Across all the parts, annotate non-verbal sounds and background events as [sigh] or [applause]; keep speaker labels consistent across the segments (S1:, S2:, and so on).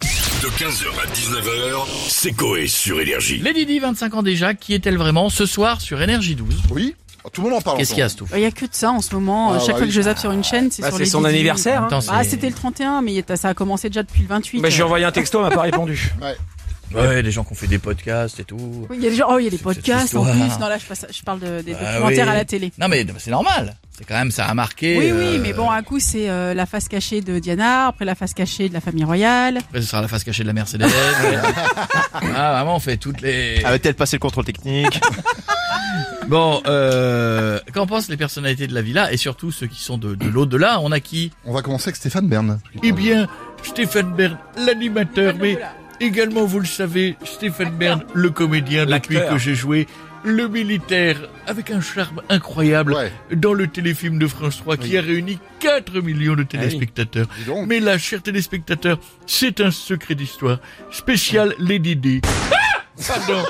S1: De 15h à 19h, c'est Coé sur Énergie.
S2: Lady Di, 25 ans déjà, qui est-elle vraiment ce soir sur Énergie 12
S3: Oui, tout le monde en parle.
S2: Qu'est-ce qu'il y a, Stouff
S4: Il n'y Euh, a que de ça en ce moment.
S3: Ah,
S4: Euh, Chaque
S3: bah
S4: fois
S3: oui.
S4: que je zappe sur une chaîne, c'est
S5: Bah,
S4: sur
S5: c'est
S4: les
S5: son
S4: Didi.
S5: anniversaire. hein.
S2: Attends,
S4: Ah,
S2: c'est-
S4: c'était le 31, mais ça a commencé déjà depuis le 28.
S5: Bah, j'ai
S4: Euh,
S5: envoyé un texto, elle m'a pas
S6: [laughs]
S5: répondu.
S2: Ouais, des gens qui ont fait des podcasts et tout.
S4: oui, Il y a des gens, oh, il y a des
S2: Cette
S4: podcasts en
S2: histoire.
S4: plus. Non, là, je, passe- je parle de- des
S2: Bah
S4: documentaires
S2: oui.
S4: à la télé.
S2: Non, mais c'est normal. C'est quand même, ça a marqué.
S4: Oui,
S2: euh,
S4: oui, mais bon, un coup, c'est euh, la face cachée de Diana, après la face cachée de la famille royale.
S2: Après, ce sera la face cachée de la Mercedes. [laughs] euh, ah, vraiment, on fait toutes les.
S7: Elle va-t-elle passer le contrôle technique
S2: [laughs] Bon, euh, qu'en pensent les personnalités de la villa et surtout ceux qui sont de, de l'au-delà On a qui
S3: On va commencer avec Stéphane Bern.
S2: Eh bien, Stéphane Bern, l'animateur, mais également, vous le savez, Stéphane Bern, le comédien depuis
S5: L'acteur.
S2: que j'ai joué, le militaire, avec un charme incroyable,
S3: Ouais,
S2: dans le téléfilm de France 3 qui a réuni 4 millions de téléspectateurs.
S5: Ah
S3: dis donc.
S2: Mais là, chers téléspectateurs, c'est un secret d'histoire. Spécial Lady D. Ah
S5: [laughs]
S2: Pardon,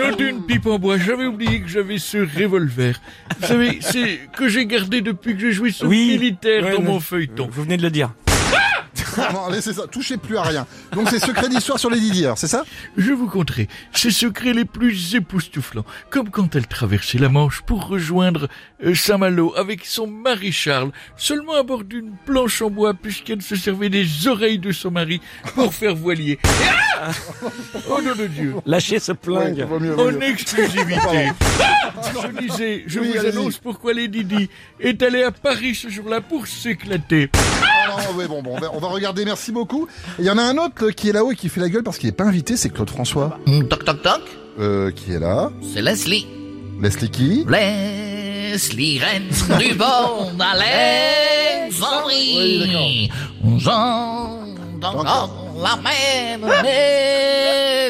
S2: non d'une pipe en bois, j'avais oublié que j'avais ce revolver. Vous savez, c'est que j'ai gardé depuis que j'ai joué ce
S5: Oui.
S2: militaire
S5: Ouais,
S2: dans
S5: ouais.
S2: mon feuilleton.
S5: Vous venez de le dire.
S3: [laughs] Non, laissez ça, touchez plus à rien. Donc c'est secret d'histoire sur les Didier, c'est ça
S2: Je vous conterai ses secrets les plus époustouflants, comme quand elle traversait la Manche pour rejoindre euh, Saint-Malo avec son mari Charles, seulement à bord d'une planche en bois puisqu'elle se servait des oreilles de son mari
S3: [laughs]
S2: pour faire voilier. Ah oh nom de Dieu
S5: Lâchez ce
S3: Ouais,
S5: plingue.
S3: vaut mieux, vaut
S2: En
S3: mieux.
S2: exclusivité Je disais, je
S3: Ah Oui,
S2: vous
S3: allez-y.
S2: annonce pourquoi Lady Di est allée à Paris ce jour-là pour s'éclater.
S3: Non, Ah, non, ouais, bon, bon, on va- on va regarder, merci beaucoup. Et Il y en a un autre euh, qui est là-haut et qui fait la gueule parce qu'il est pas invité, c'est Claude François.
S6: Toc toc toc,
S3: Euh, qui est là
S6: c'est Leslie.
S3: Leslie qui
S6: Leslie, reine du bord d'Alexandrie. J'entends encore la même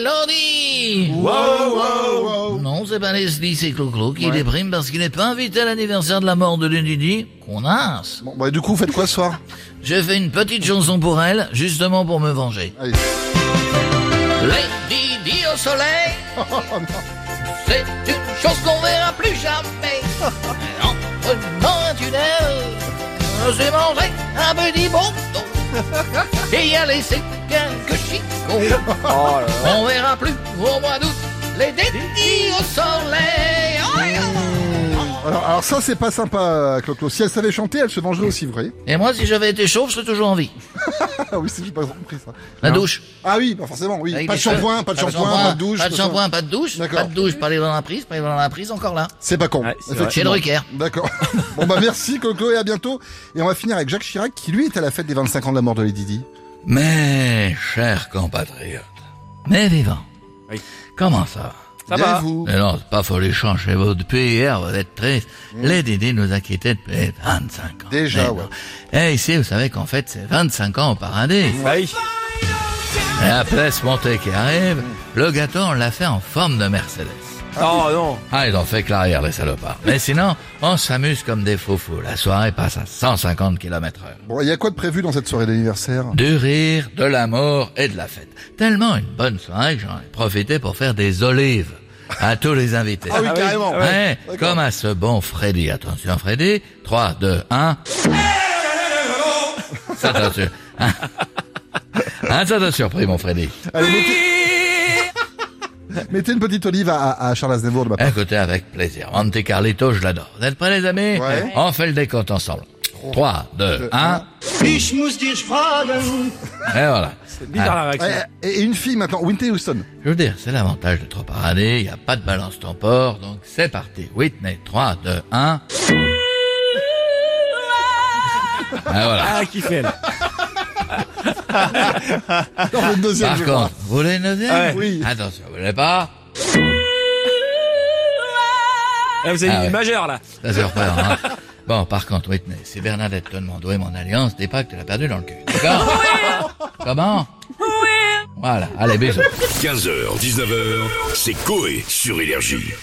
S6: mélodie. Non, c'est pas Leslie, c'est Clo-Clo qui déprime parce qu'il n'est pas invité à l'anniversaire de la mort de Lunidi. Qu'on as.
S3: Bon, bah, du coup, vous faites quoi ce soir
S6: J'ai fait une petite chanson pour elle, justement pour me venger.
S3: Allez.
S6: Lady Di au
S3: [laughs]
S6: soleil,
S3: Oh,
S6: c'est une chose qu'on verra plus
S3: [laughs]
S6: jamais. Entre dans un tunnel, je vais manger un petit
S3: [laughs]
S6: bonbon et y a laissé quelques chicots.
S3: Oh,
S6: On verra plus au mois d'août les dédits au soleil. Oh,
S3: Alors, alors ça, c'est pas sympa, euh, Claude Claude. Si elle savait chanter, elle se vengerait aussi, vous voyez [laughs]
S6: Et moi, si j'avais été chauve, je serais toujours en vie.
S3: Ah oui, c'est- j'ai pas compris ça.
S6: La douche.
S3: Ah oui, bah, forcément, oui.
S6: avec
S3: Pas de
S6: des cheveux.
S3: shampoing, pas de shampoing, pas de douche.
S6: Ah, Pas de
S3: tout ça.
S6: shampoing, pas de douche.
S3: D'accord.
S6: Pas de douche, pas les dans la prise, pas les dans la prise, encore là.
S3: C'est pas con.
S5: Ouais, c'est vrai.
S6: Chez
S3: effectivement.
S6: Drucker.
S3: D'accord. [laughs] Bon bah merci Coco et à bientôt. Et on va finir avec Jacques Chirac qui lui est à la fête des 25 ans de la mort de Lady Di.
S2: Mes chers compatriotes,
S6: Mais vivant.
S5: Oui.
S6: Comment ça
S5: Ça
S3: Bien
S5: va.
S3: et vous
S6: Mais non, c'est pas folichon chez vous. Depuis hier, vous êtes triste. Les Didi nous a quittés depuis 25 ans.
S3: Déjà,
S6: Mais
S3: ouais.
S6: non. Et ici, vous savez qu'en fait, c'est 25 ans au paradis.
S5: Bah oui.
S6: Et après ce monté qui arrive, le gâteau, on l'a fait en forme de Mercedes.
S5: Oh non.
S6: Ah, ils ont fait que l'arrière, les salopards. Mais sinon, on s'amuse comme des faux fous. La soirée passe à 150 km heure.
S3: Bon, il y a quoi de prévu dans cette soirée d'anniversaire
S6: Du rire, de la mort et de la fête. Tellement une bonne soirée que j'en ai profité pour faire des olives à
S3: [laughs]
S6: tous les invités.
S3: Ah oui, carrément.
S5: ah
S6: Ouais,
S3: d'accord.
S6: comme à ce bon Freddy. Attention Freddy, 3, 2,
S3: [laughs]
S6: 1. Ça t'a [laughs] sur- Hein ça t'a surpris mon Freddy.
S3: Allez, mettez... mettez une petite olive à, à- à Charles Aznavour de ma part.
S6: Écoutez avec plaisir. Monte Carlito, je l'adore. Vous êtes prêts les amis
S3: Ouais.
S6: On fait le décompte ensemble. 3, 2, 1. Et voilà.
S5: C'est bizarre la réaction.
S3: Ouais, Et et une fille maintenant, Whitney Houston.
S6: Je veux dire, c'est l'avantage d'être au paradis, il n'y a pas de balance ton port, donc c'est parti. Whitney, 3, 2, 1. Ah, voilà.
S5: Ah, qui fait là
S3: Non, mais une deuxième,
S6: Par
S3: je crois.
S6: contre, vous voulez une deuxième
S5: Ouais.
S3: Oui.
S6: Attention, vous voulez pas
S5: Ah, Vous avez
S6: Ah
S5: une
S6: ouais.
S5: majeure là.
S6: Ça se repère, hein. Bon, par contre, Whitney, si Bernadette te demande où est mon alliance, dis pas que tu l'as perdu dans le cul. D'accord Comment Voilà, allez, bisous.
S1: 15h, 19h, c'est Coé sur Énergie.